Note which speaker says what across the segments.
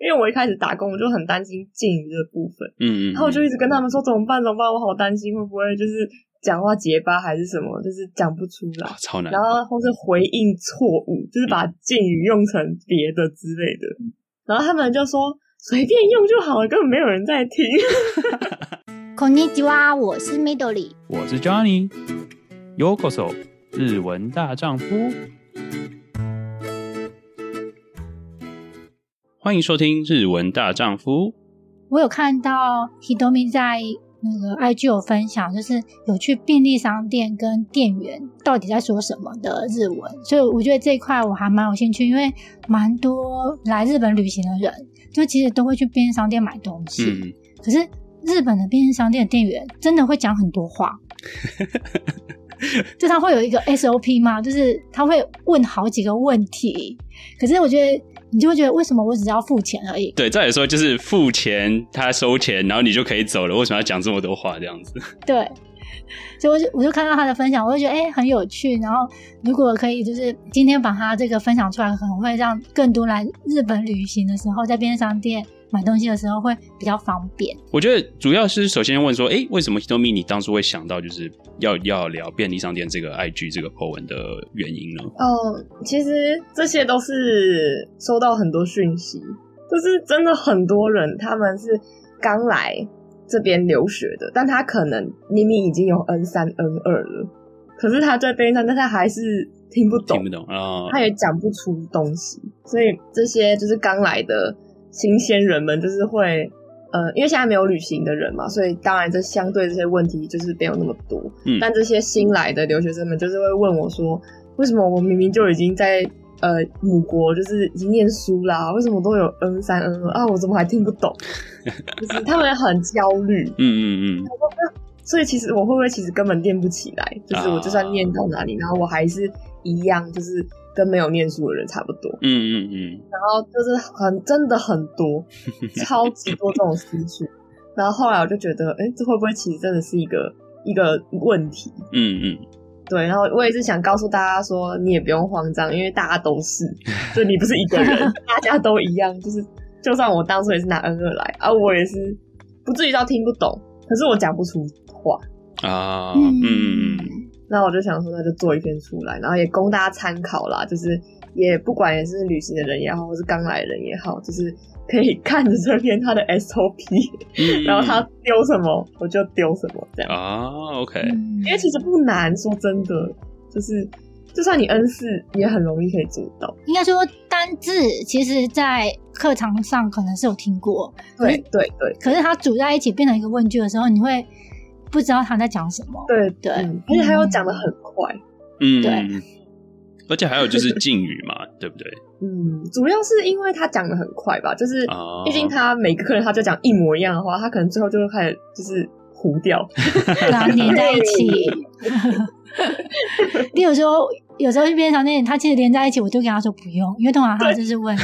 Speaker 1: 因为我一开始打工，我就很担心敬语的部分，
Speaker 2: 嗯嗯，
Speaker 1: 然后我就一直跟他们说怎么办怎么办，我好担心会不会就是讲话结巴还是什么，就是讲不出来
Speaker 2: 啊，超难
Speaker 1: 然，后或是回应错误，就是把敬语用成别的之类的，然后他们就说随便用就好了，根本没有人在听。
Speaker 3: こんにちは，我是 Midori。
Speaker 4: 我是 Johnny。Yokoso，日文大丈夫。
Speaker 2: 欢迎收听《日文大丈夫》。
Speaker 3: 我有看到 Hidomi 在那个 IG 有分享，就是有去便利商店跟店员到底在说什么的日文，所以我觉得这一块我还蛮有兴趣，因为蛮多来日本旅行的人，就其实都会去便利商店买东西，
Speaker 2: 嗯，
Speaker 3: 可是日本的便利商店的店员真的会讲很多话，就他会有一个 SOP 嘛，就是他会问好几个问题。可是我觉得你就会觉得，为什么我只要付钱而已？
Speaker 2: 对，再来说就是付钱，他收钱，然后你就可以走了。为什么要讲这么多话这样子？
Speaker 3: 对，所以我就我就看到他的分享，我就觉得哎、诶很有趣。然后如果可以，就是今天把他这个分享出来，可能会让更多来日本旅行的时候，在便利商店买东西的时候会比较方便。
Speaker 2: 我觉得主要是首先问说，诶，为什么 Hitomi 你当初会想到就是要要聊便利商店这个 IG 这个 po 文的原因呢？
Speaker 1: 哦，其实这些都是收到很多讯息，就是真的很多人他们是刚来这边留学的，但他可能明明已经有 N 三 N 二了，可是他在边上，但他还是听不懂，
Speaker 2: 听不懂啊？
Speaker 1: 他也讲不出东西，所以这些就是刚来的新鲜人们，就是会。呃，因为现在没有旅行的人嘛，所以当然这相对这些问题就是没有那么多。
Speaker 2: 嗯
Speaker 1: 但这些新来的留学生们就是会问我说，为什么我明明就已经在呃母国就是已经念书啦，为什么都有 N 三 N 二啊，我怎么还听不懂？ 就是他们很焦虑，
Speaker 2: 嗯嗯嗯，
Speaker 1: 所以其实我会不会其实根本念不起来？就是我就算念到哪里，然后我还是一样，就是跟没有念书的人差不多。
Speaker 2: 嗯嗯嗯，
Speaker 1: 然后就是很真的很多，超级多这种思绪。然后后来我就觉得，哎、这会不会其实真的是一个一个问题？
Speaker 2: 嗯嗯，
Speaker 1: 对，然后我也是想告诉大家说，你也不用慌张，因为大家都是，就你不是一个人，大家都一样。就是，就算我当初也是拿 N 二来啊，我也是不至于到听不懂，可是我讲不出话。
Speaker 2: 啊，嗯嗯嗯，
Speaker 1: 那我就想说，那就做一篇出来，然后也供大家参考啦。就是也不管也是旅行的人也好，或是刚来的人也好，就是可以看着这篇他的 SOP，
Speaker 2: 嗯
Speaker 1: 然后他丢什么我就丢什么这样。
Speaker 2: 啊，OK，
Speaker 3: 嗯
Speaker 1: 因为其实不难，说真的，就是就算你 N 四也很容易可以做到。
Speaker 3: 应该说单字，其实在课堂上可能是有听过，
Speaker 1: 对对对
Speaker 3: 可是它组在一起变成一个问句的时候，你会不知道他在讲什么。
Speaker 1: 对
Speaker 3: 对
Speaker 1: 嗯而且他又讲的很快。
Speaker 2: 嗯，
Speaker 3: 对
Speaker 2: 嗯，而且还有就是敬语嘛， 对不对？
Speaker 1: 嗯，主要是因为他讲的很快吧，就是
Speaker 2: 啊，
Speaker 1: 毕竟他每个客人他就讲一模一样的话，他可能最后就会开始就是糊掉。
Speaker 3: 然后连在一起。 例如说，有时候去便利商店，它其实连在一起，我就跟他说不用，因为通常他就是问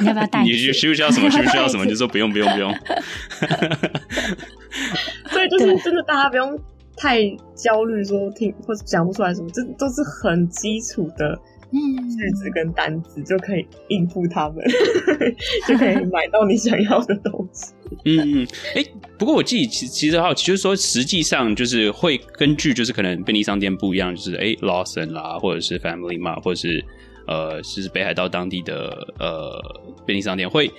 Speaker 3: 你要不要 带
Speaker 2: 你
Speaker 3: 去，
Speaker 2: 需不需要什么？需不需要什么？
Speaker 3: 你
Speaker 2: 就说不用不用 不用。
Speaker 1: 所以就是
Speaker 3: 对
Speaker 1: 真的，大家不用太焦虑，说听或者讲不出来什么，这都是很基础的
Speaker 3: 嗯，
Speaker 1: 句子跟单词，就可以应付他们，就可以买到你想要的东西。
Speaker 2: 嗯，嗯，哎、不过我自己其其实好奇，就是说，实际上就是会根据就是可能便利商店不一样，就是哎、Lawson 啦，或者是 Family Mart，或者是呃，就是北海道当地的呃便利商店，会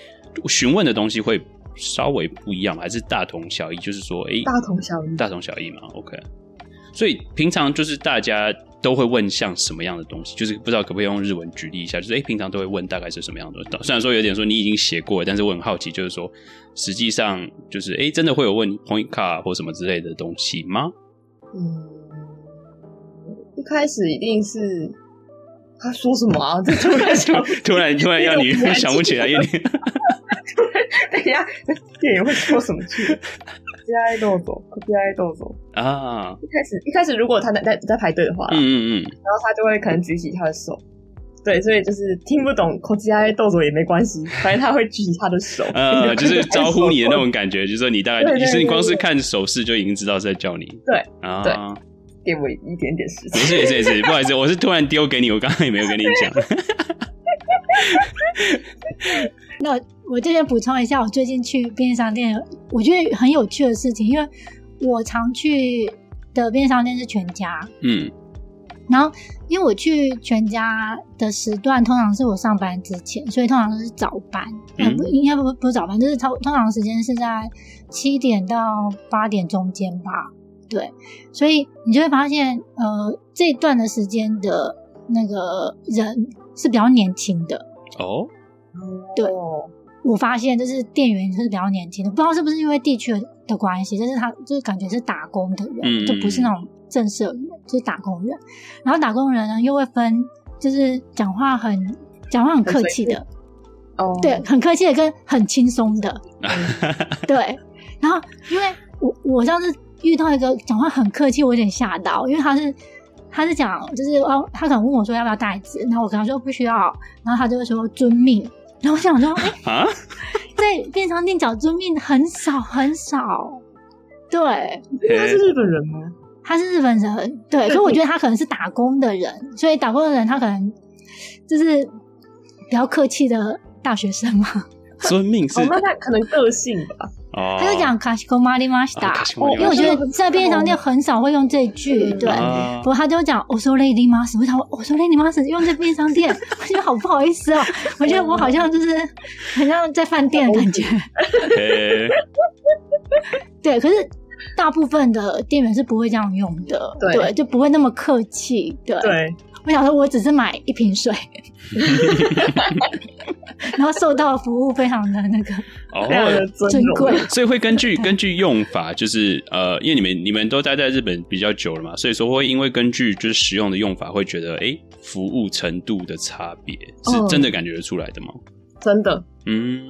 Speaker 2: 询问的东西会稍微不一样吗？还是大同小异？就是说，哎、
Speaker 1: 大同小异
Speaker 2: 大同小异嘛。OK，所以平常就是大家。都会问像什么样的东西，就是不知道可不可以用日文举例一下，就是哎，平常都会问大概是什么样的东西。虽然说有点说你已经写过了，但是我很好奇，就是说实际上就是哎，诶真的会有问 point card 或什么之类的东西吗？
Speaker 1: 嗯，一开始一定是他说什么啊？这突然想，
Speaker 2: 突然突然要
Speaker 1: 因
Speaker 2: 你
Speaker 1: 为我不太
Speaker 2: 想不起来，因为你
Speaker 1: 等一下，店员会说什么去？接爱豆走，接爱豆走。
Speaker 2: 啊，
Speaker 1: 一开始一开始，如果他在在在排队的话啦，
Speaker 2: 嗯嗯嗯，，
Speaker 1: 然后他就会可能举起他的手。对，所以就是听不懂口技爱动作也没关系，反正他会举起他的手
Speaker 2: 呃，就是招呼你的那种感觉，就是说你大概，
Speaker 1: 对对
Speaker 2: 其实你光是
Speaker 1: 对对
Speaker 2: 看手势就已经知道是在叫你，
Speaker 1: 对
Speaker 2: 啊，
Speaker 1: 对 给我一点点时
Speaker 2: 没
Speaker 1: 间。
Speaker 2: 事没事没事，不好意思，我是突然丢给你，我刚刚也没有跟你讲。
Speaker 3: 那我这边补充一下，我最近去便利商店，我觉得很有趣的事情，因为我常去的便利商店是全家，
Speaker 2: 嗯
Speaker 3: 然后因为我去全家的时段通常是我上班之前，所以通常都是早班，
Speaker 2: 嗯
Speaker 3: 呃不应该不不是早班，就是通通常时间是在七点到八点中间吧，对，所以你就会发现，呃，这一段的时间的那个人是比较年轻的，
Speaker 2: 哦，
Speaker 3: 对
Speaker 1: 哦
Speaker 3: 我发现就是店员是比较年轻的，不知道是不是因为地区的关系，就是他就是感觉是打工的人，
Speaker 2: 嗯
Speaker 3: 就不是那种正社员，就是打工人。然后打工人呢又会分，就是讲话很讲话很客气的，
Speaker 1: 哦，
Speaker 3: 对，很客气的跟很轻松的，
Speaker 1: 嗯
Speaker 3: 对。然后因为我我上次遇到一个讲话很客气，我有点吓到，因为他是他是讲就是哦，他可能问我说要不要袋子，然后我跟他说不需要，然后他就会说遵命。然后我想说，哎、
Speaker 2: 啊，
Speaker 3: 在便利商店找遵命很少很少，对，
Speaker 1: 他是日本人吗？
Speaker 3: 他是日本人，对，
Speaker 1: 对
Speaker 3: 所以我觉得他可能是打工的人，所以打工的人他可能就是比较客气的大学生嘛，
Speaker 2: 遵命是
Speaker 1: 哦，那他可能个性吧。
Speaker 2: 哦，
Speaker 3: 他就讲卡西コマリまし
Speaker 2: 哦
Speaker 3: た
Speaker 2: かしこま
Speaker 1: りました
Speaker 3: 因为我觉得在便利商店很少会用这一句，对。
Speaker 2: 啊
Speaker 3: 不过他就讲我说 lady mas，我想我说 lady mas 用在便利商店， 我觉得好不好意思哦，我觉得我好像就是很像在饭店的感觉。
Speaker 2: 哦嘿
Speaker 3: 对，可是大部分的店员是不会这样用的，
Speaker 1: 对
Speaker 3: 就不会那么客气。对，
Speaker 1: 对，
Speaker 3: 我想说，我只是买一瓶水，然后受到的服务非常的那个
Speaker 1: 非常
Speaker 2: 哦
Speaker 1: 的，尊
Speaker 3: 尊
Speaker 1: 荣
Speaker 3: 贵。
Speaker 2: 所以会根据 根据用法，就是呃，因为你们你们都待在日本比较久了嘛，所以说会因为根据就是使用的用法，会觉得诶服务程度的差别是
Speaker 1: 哦
Speaker 2: 真的感觉得出来的吗？
Speaker 1: 真的
Speaker 2: 嗯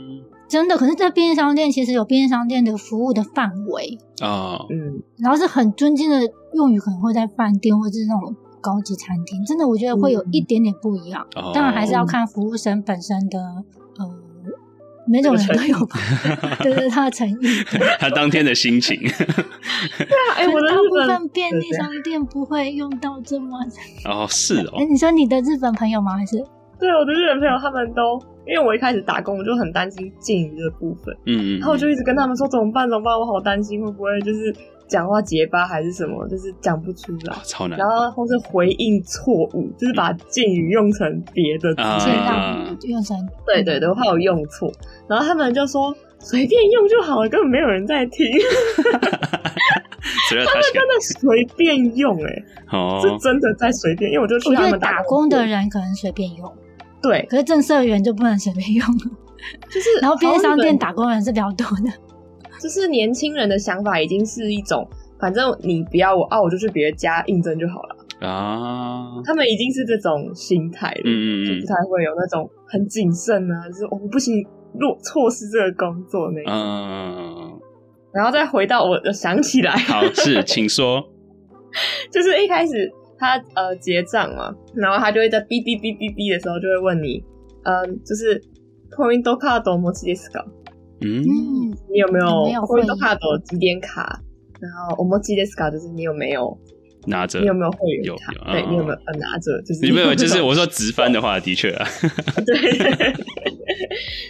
Speaker 3: 真的。可是，在便利商店其实有便利商店的服务的范围，
Speaker 2: 啊，
Speaker 1: 嗯，
Speaker 3: 然后是很尊敬的用语，可能会在饭店或者是那种高级餐厅，真的我觉得会有一点点不一样。
Speaker 2: 哦
Speaker 3: 当然还是要看服务生本身的，呃，每种人都有吧， 对对，他的诚意。对
Speaker 2: 他 当天的心情
Speaker 1: 对啊，哎，我
Speaker 3: 可
Speaker 1: 的
Speaker 3: 是大
Speaker 1: 日
Speaker 3: 部
Speaker 1: 本
Speaker 3: 分便利商店不会用到这么。
Speaker 2: 哦，是哦
Speaker 3: 哎、，你说你的日本朋友吗？还是
Speaker 1: 对我的日本朋友他们都，因为我一开始打工，我就很担心敬语的部分，
Speaker 2: 嗯嗯，
Speaker 1: 然后我就一直跟他们说怎么办怎么办，我好担心会不会就是讲话结巴还是什么，就是讲不出来
Speaker 2: 啊。超难
Speaker 1: 然后或是回应错误，就是把
Speaker 3: 嗯
Speaker 1: 敬语用成别的字。
Speaker 2: 啊
Speaker 3: 先让你用成？
Speaker 1: 对对对，我怕我用错。然后他们就说随便用就好了，根本没有人在听，
Speaker 2: 只要他
Speaker 1: 真的随便用哎、是
Speaker 2: 哦，
Speaker 1: 真的在随便，因为我就去
Speaker 3: 我
Speaker 1: 他
Speaker 3: 觉得
Speaker 1: 们
Speaker 3: 打工的人可能随便用，
Speaker 1: 对，
Speaker 3: 可是正社员就不能随便用。
Speaker 1: 就是
Speaker 3: 然后便利商
Speaker 1: 好像日
Speaker 3: 店
Speaker 1: 本
Speaker 3: 打工人是比较多的，
Speaker 1: 就是年轻人的想法已经是一种，反正你不要我啊，我就去别的家应征就好了。
Speaker 2: 啊，
Speaker 1: 他们已经是这种心态了，
Speaker 2: 嗯嗯
Speaker 1: 就不太会有那种很谨慎啊，就是我、不行，落错失这个工作那
Speaker 2: 嗯
Speaker 1: 种。
Speaker 2: 嗯，
Speaker 1: 然后再回到我我想起来，
Speaker 2: 好是，请说，
Speaker 1: 就是一开始他呃结账嘛，然后他就会在哔哔哔哔哔的时候就会问你，嗯，就是ポイントカード持ちですか？
Speaker 2: 嗯
Speaker 3: 嗯，
Speaker 1: 你有没有
Speaker 3: 有没有
Speaker 1: ポイン
Speaker 3: 会
Speaker 1: ト
Speaker 3: 员
Speaker 1: カード几点卡？然后お持ちですか？就是你有没有
Speaker 2: 拿着
Speaker 1: 你有没有会员
Speaker 2: 有
Speaker 1: 卡
Speaker 2: 有？
Speaker 1: 对
Speaker 2: 嗯
Speaker 1: 你有没有呃拿着？就是
Speaker 2: 你没 有，就是我
Speaker 1: 说
Speaker 2: 说直翻的话，的确 啊，
Speaker 1: 对，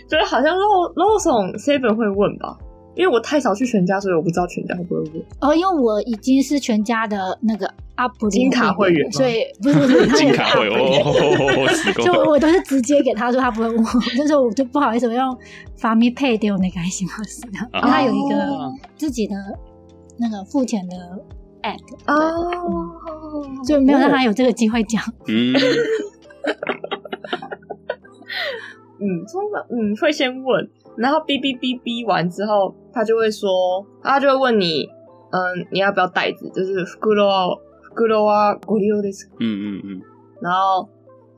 Speaker 1: 就是好像肉肉总 seven 会问吧，因为我太少去全家，所以我不知道全家会不会问。
Speaker 3: 哦，因为我已经是全家的那个 UP
Speaker 1: 金卡会员吗
Speaker 3: 所以不是不是
Speaker 2: 金卡会哦，死
Speaker 3: 就
Speaker 2: 过，
Speaker 3: 我都是直接给他说，他不会问我，就是我就不好意思，我用法米配给我那个爱心公司，因
Speaker 2: 啊
Speaker 3: 为他有一个
Speaker 2: 哦
Speaker 3: 自己的那个付钱的 app，
Speaker 1: 哦，
Speaker 3: 就没有让他有这个机会 讲。
Speaker 2: 嗯，
Speaker 1: 嗯，通常嗯会先问，然后哔哔哔哔完之后，他就会说，他就会问你，嗯，你要不要袋子？就是袋は袋はご利用です。
Speaker 2: 嗯嗯嗯，
Speaker 1: 然后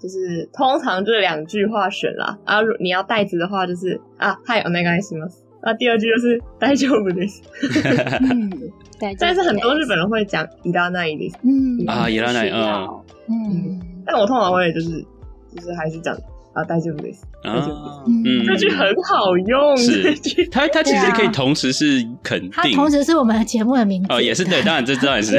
Speaker 1: 就是通常就是两句话选啦。啊，如你要袋子的话，就是啊，嗨，お願いします。那第二句就是大丈夫です。
Speaker 3: 嗯，对，
Speaker 1: 但是
Speaker 3: 这个
Speaker 1: 很多日本人会讲いらないです，
Speaker 3: 嗯
Speaker 2: 啊也让
Speaker 3: 不需
Speaker 2: 你嗯
Speaker 3: 要嗯
Speaker 1: 但我通常会就是就是还是讲啊大丈夫です。
Speaker 2: 啊，
Speaker 3: 嗯
Speaker 1: 这句很好用，
Speaker 2: 是
Speaker 1: 这句
Speaker 2: 他他其实可以同时是肯
Speaker 3: 他
Speaker 2: 定，
Speaker 3: 同时是我们的节目的名字，
Speaker 2: 哦，也是 对，当然这当然是，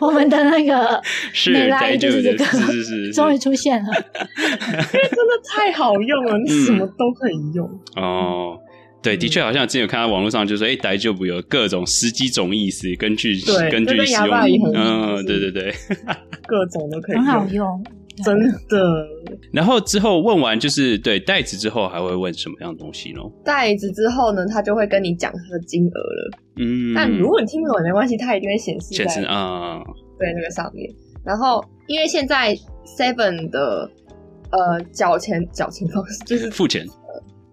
Speaker 3: 我们的那个
Speaker 2: 是
Speaker 3: 美拉
Speaker 2: 在
Speaker 3: 伊
Speaker 2: 就
Speaker 3: 就是这个
Speaker 2: 是是是是，
Speaker 3: 终于出现了。
Speaker 1: 真的太好用了，你什么都可以用。
Speaker 2: 哦。对，的
Speaker 3: 嗯
Speaker 2: 确，好像之前有看到网络上就说，哎、逮就不有各种十几种意思，根据
Speaker 1: 对
Speaker 2: 根据
Speaker 1: 就跟
Speaker 2: 使
Speaker 1: 哑
Speaker 2: 用
Speaker 1: 巴一样，
Speaker 2: 嗯，对对对。
Speaker 1: 各种都可以
Speaker 3: 很好
Speaker 1: 用，
Speaker 3: 用。
Speaker 1: 真的。
Speaker 2: 然后之后问完就是对袋子之后还会问什么样的东西呢？
Speaker 1: 袋子之后呢，他就会跟你讲它的金额了。
Speaker 2: 嗯，
Speaker 1: 但如果你听不懂也没关系，它一定会显示
Speaker 2: 显
Speaker 1: 在
Speaker 2: 示啊，
Speaker 1: 对那个上面。然后因为现在 Seven 的呃缴钱缴钱方式就是
Speaker 2: 付钱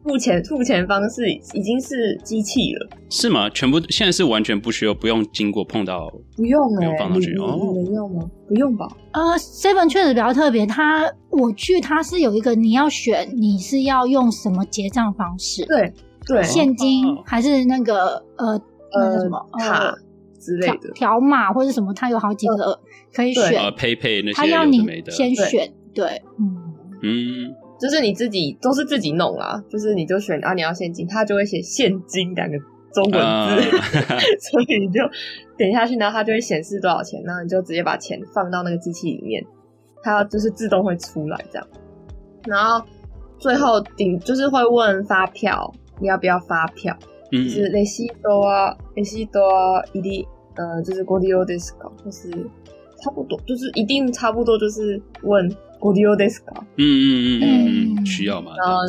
Speaker 1: 付钱付钱方式已经是机器了，
Speaker 2: 是吗？全部现在是完全不需要，不用经过碰到
Speaker 1: 不用
Speaker 2: 不
Speaker 1: 哎、
Speaker 2: 用
Speaker 1: 欸，
Speaker 2: 放上
Speaker 1: 你
Speaker 2: 去
Speaker 1: 你
Speaker 2: 哦
Speaker 1: 你们用吗？不用吧？
Speaker 3: 呃，Seven 确实比较特别，它我去它是有一个你要选你是要用什么结账方式，
Speaker 1: 对对，
Speaker 3: 现金
Speaker 2: 哦
Speaker 3: 还是那个呃那个
Speaker 1: 呃
Speaker 3: 什么
Speaker 1: 卡
Speaker 3: 呃
Speaker 1: 之类
Speaker 3: 条
Speaker 1: 的，
Speaker 3: 条码或者什么，它有好几个可以
Speaker 1: 对
Speaker 2: 呃
Speaker 3: 选，
Speaker 2: pay pay 那
Speaker 3: 它
Speaker 2: 些
Speaker 3: 要
Speaker 2: 有的
Speaker 3: 你
Speaker 2: 没的，
Speaker 3: 先
Speaker 1: 对
Speaker 3: 选，对，嗯，
Speaker 2: 嗯，
Speaker 1: 就是你自己都是自己弄啦，就是你就选啊你要现金，他就会写现金两个中文字。
Speaker 2: 啊
Speaker 1: 所以你就点下去，然后它就会显示多少钱，然后你就直接把钱放到那个机器里面，它就是自动会出来这样。然后最后顶就是会问发票，你要不要发票？ 就
Speaker 2: 嗯
Speaker 1: 是レシートはレシートは一定呃，就是ご利用ですか，就是差不多，就是一定差不多，就是问ご利用ですか，
Speaker 2: 嗯嗯嗯嗯嗯，
Speaker 3: 嗯
Speaker 2: 需要吗？
Speaker 1: 然后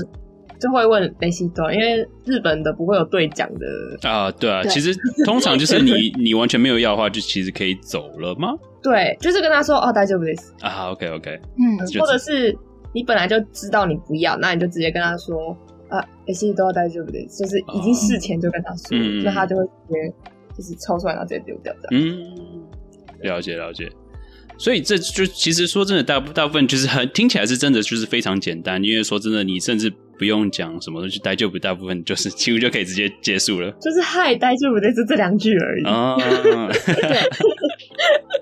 Speaker 1: 就会问レシート，因为日本的不会有兑奖的，
Speaker 2: 啊，对啊，
Speaker 3: 对
Speaker 2: 其实通常就 是你你完全没有要的话，就其实可以走了吗？
Speaker 1: 对，就是跟他说哦，大丈夫です。
Speaker 2: 啊，OK OK，
Speaker 3: 嗯，
Speaker 2: 就
Speaker 1: 或者是你本来就知道你不要，那你就直接跟他说啊，也是都要带这不对，就是已经事前就跟他说，
Speaker 2: 嗯
Speaker 1: 那他就会直接就是抽出来，然后直接丢掉的。
Speaker 2: 嗯，了解了解。所以这就其实说真的，大部大部分就是很听起来是真的就是非常简单，因为说真的，你甚至不用讲什么东西，待就不大部分就是几乎就可以直接结束了
Speaker 1: 就是嗨，带这不对，就这两句而已。
Speaker 2: 啊。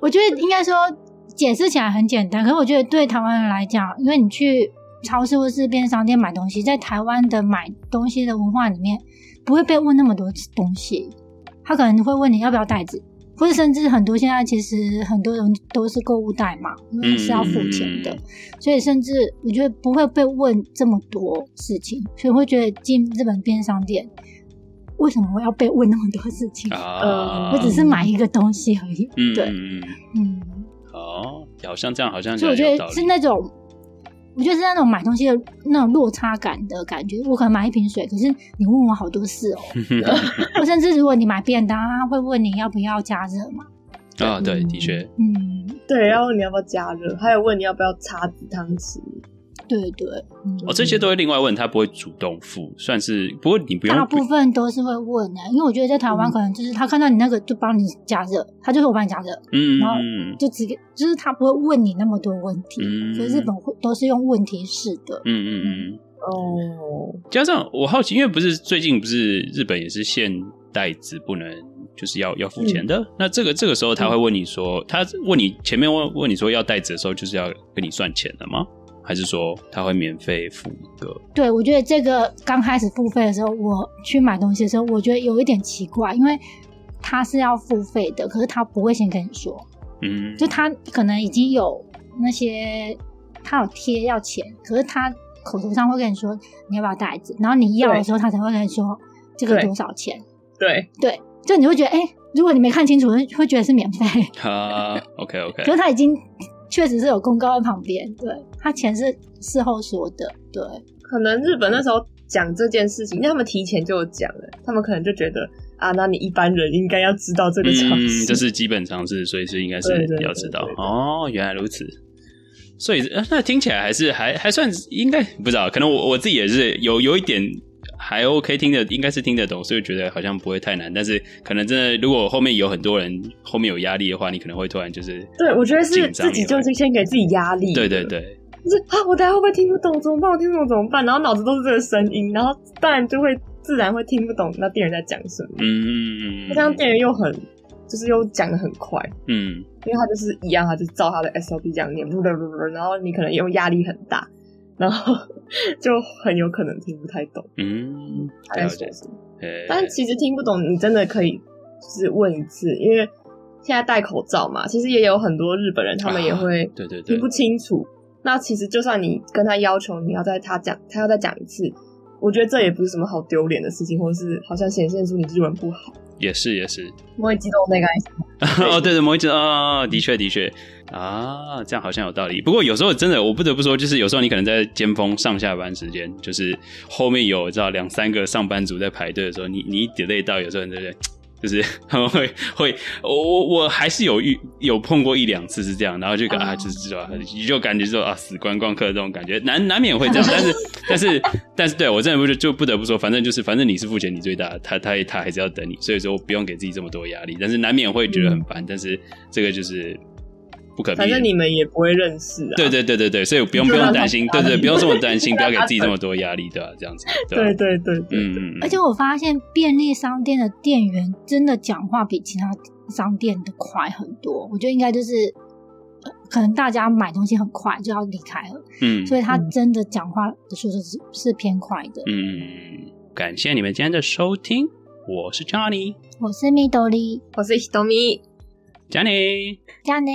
Speaker 3: 我觉得应该说解释起来很简单，可是我觉得对台湾人来讲，因为你去超市或是便利商店买东西，在台湾的买东西的文化里面，不会被问那么多东西，他可能会问你要不要袋子，或者甚至很多现在其实很多人都是购物袋嘛，因为是要付钱的，
Speaker 2: 嗯
Speaker 3: 所以甚至我觉得不会被问这么多事情，所以会觉得进日本便利商店。为什么我要被问那么多事情？
Speaker 2: 啊，
Speaker 3: 呃我只是买一个东西而已。
Speaker 2: 嗯
Speaker 3: 对，
Speaker 2: 嗯，嗯
Speaker 3: 嗯，
Speaker 2: 好，好像这样好像
Speaker 3: 所以
Speaker 2: 有
Speaker 3: 我觉
Speaker 2: 道
Speaker 3: 得
Speaker 2: 理
Speaker 3: 是那种，我觉得是那种买东西的那种落差感的感觉。我可能买一瓶水，可是你问我好多事 哦。我甚至如果你买便当，他会问你要不要加热嘛？
Speaker 2: 啊，对，的确，
Speaker 3: 嗯，
Speaker 1: 对，然后你要不要加热，还有问你要不要叉子汤匙，
Speaker 3: 对对，嗯
Speaker 2: 哦，这些都会另外问，他不会主动付，算是不过你不用
Speaker 3: 大部分都是会问的、因为我觉得在台湾
Speaker 1: 嗯
Speaker 3: 可能就是他看到你那个就帮你加热，他就会我帮你加热，
Speaker 2: 嗯
Speaker 3: 然后
Speaker 2: 嗯
Speaker 3: 就直接就是他不会问你那么多问题。
Speaker 2: 嗯
Speaker 3: 所以日本会都是用问题式的
Speaker 2: 嗯，嗯嗯嗯，
Speaker 1: 哦，
Speaker 2: 加上我好奇，因为不是最近不是日本也是限袋子不能就是要要付钱
Speaker 3: 嗯
Speaker 2: 的，那这个这个时候他会问你说，他问你前面问问你说要袋子的时候，就是要跟你算钱的吗？还是说他会免费付一个？
Speaker 3: 对，我觉得这个刚开始付费的时候，我去买东西的时候，我觉得有一点奇怪，因为他是要付费的，可是他不会先跟你说，
Speaker 2: 嗯，
Speaker 3: 就他可能已经有那些他有贴要钱，可是他口头上会跟你说你要不要袋子，然后你要的时候，他才会跟你说这个
Speaker 1: 对
Speaker 3: 多少钱。
Speaker 1: 对，
Speaker 3: 对，就你会觉得，哎、如果你没看清楚，会会觉得是免费，
Speaker 2: 啊，OK OK，
Speaker 3: 可是他已经确实是有公告在旁边，对他钱是事后说的，对。
Speaker 1: 可能日本那时候讲这件事情，因为他们提前就有讲了，他们可能就觉得啊，那你一般人应该要知道这个常
Speaker 2: 嗯，
Speaker 1: 识，
Speaker 2: 这是基本常识，所以是应该是
Speaker 1: 对对
Speaker 2: 要知道
Speaker 1: 对对对
Speaker 2: 哦，原来如此。所以呃那听起来还是还还算是应该不知道，可能我我自己也是有有一点还 OK 听得应该是听得懂，所以觉得好像不会太难。但是可能真的，如果后面有很多人后面有压力的话，你可能会突然就是
Speaker 1: 对我觉得是
Speaker 2: 紧张
Speaker 1: 自己就是先给自己压力，
Speaker 2: 对对对，
Speaker 1: 就是啊，我等下会不会听不懂？怎么办？我听不懂怎么办？然后脑子都是这个声音，然后当然就会自然会听不懂那店员在讲什么。
Speaker 2: 嗯，
Speaker 1: 那这样店员又很，就是又讲的很快，
Speaker 2: 嗯
Speaker 1: 因为他就是一样，他就照他的 SOP 这样念，噜噜噜噜然后你可能又压力很大，然后就很有可能听不太懂
Speaker 2: 嗯，
Speaker 1: 他在
Speaker 2: 了
Speaker 1: 说
Speaker 2: 解。
Speaker 1: 什么。
Speaker 2: 呃
Speaker 1: 但其实听不懂，你真的可以就是问一次，因为现在戴口罩嘛，其实也有很多日本人，他们也
Speaker 2: 啊
Speaker 1: 会
Speaker 2: 对对对
Speaker 1: 听不，清楚。那其实就算你跟他要求你要在他讲，他要再讲一次，我觉得这也不是什么好丢脸的事情，或者是好像显现出你日文不好。
Speaker 2: 也是也是。
Speaker 1: 我也激动那个，
Speaker 2: 哦，对对，某一种啊、哦，的确的确啊，这样好像有道理。不过有时候真的，我不得不说，就是有时候你可能在尖峰上下班时间，就是后面有知道两三个上班族在排队的时候，你你一 delay 到，有时候你对不对？就是 他们会会，我我我还是有遇有碰过一两次是这样，然后就感、啊，
Speaker 1: 哦
Speaker 2: 就是知道，你就感觉说啊，死观光客这种感觉，难难免会这样。但是但是但是，对我真的不就就不得不说，反正就是反正你是付钱，你最大，他他他还是要等你，所以说不用给自己这么多压力，但是难免会觉得很烦。但是这个就是不可避
Speaker 1: 嗯反
Speaker 2: 免。
Speaker 1: 正你们也不会认识啊。
Speaker 2: 对对对对对，所以不用不
Speaker 1: 就让
Speaker 2: 用
Speaker 1: 他
Speaker 2: 担心，
Speaker 1: 压
Speaker 2: 对
Speaker 1: 力
Speaker 2: 对，不用这么担心，不要给自己 这么多压力，对吧、这样子，对吧、
Speaker 1: 对对对对
Speaker 2: 嗯，嗯嗯，
Speaker 3: 而且我发现便利商店的店员真的讲话比其他商店的快很多，我觉得应该就是。呃可能大家买东西很快就要离开了，
Speaker 2: 嗯
Speaker 3: 所以他
Speaker 1: 嗯
Speaker 3: 真的讲话的速度是是偏快的。
Speaker 2: 嗯，感谢你们今天的收听，我是 Johnny，Johnny
Speaker 3: 我是米豆利，
Speaker 1: 我是 Hitomi。
Speaker 2: Johnny
Speaker 3: 这样呢。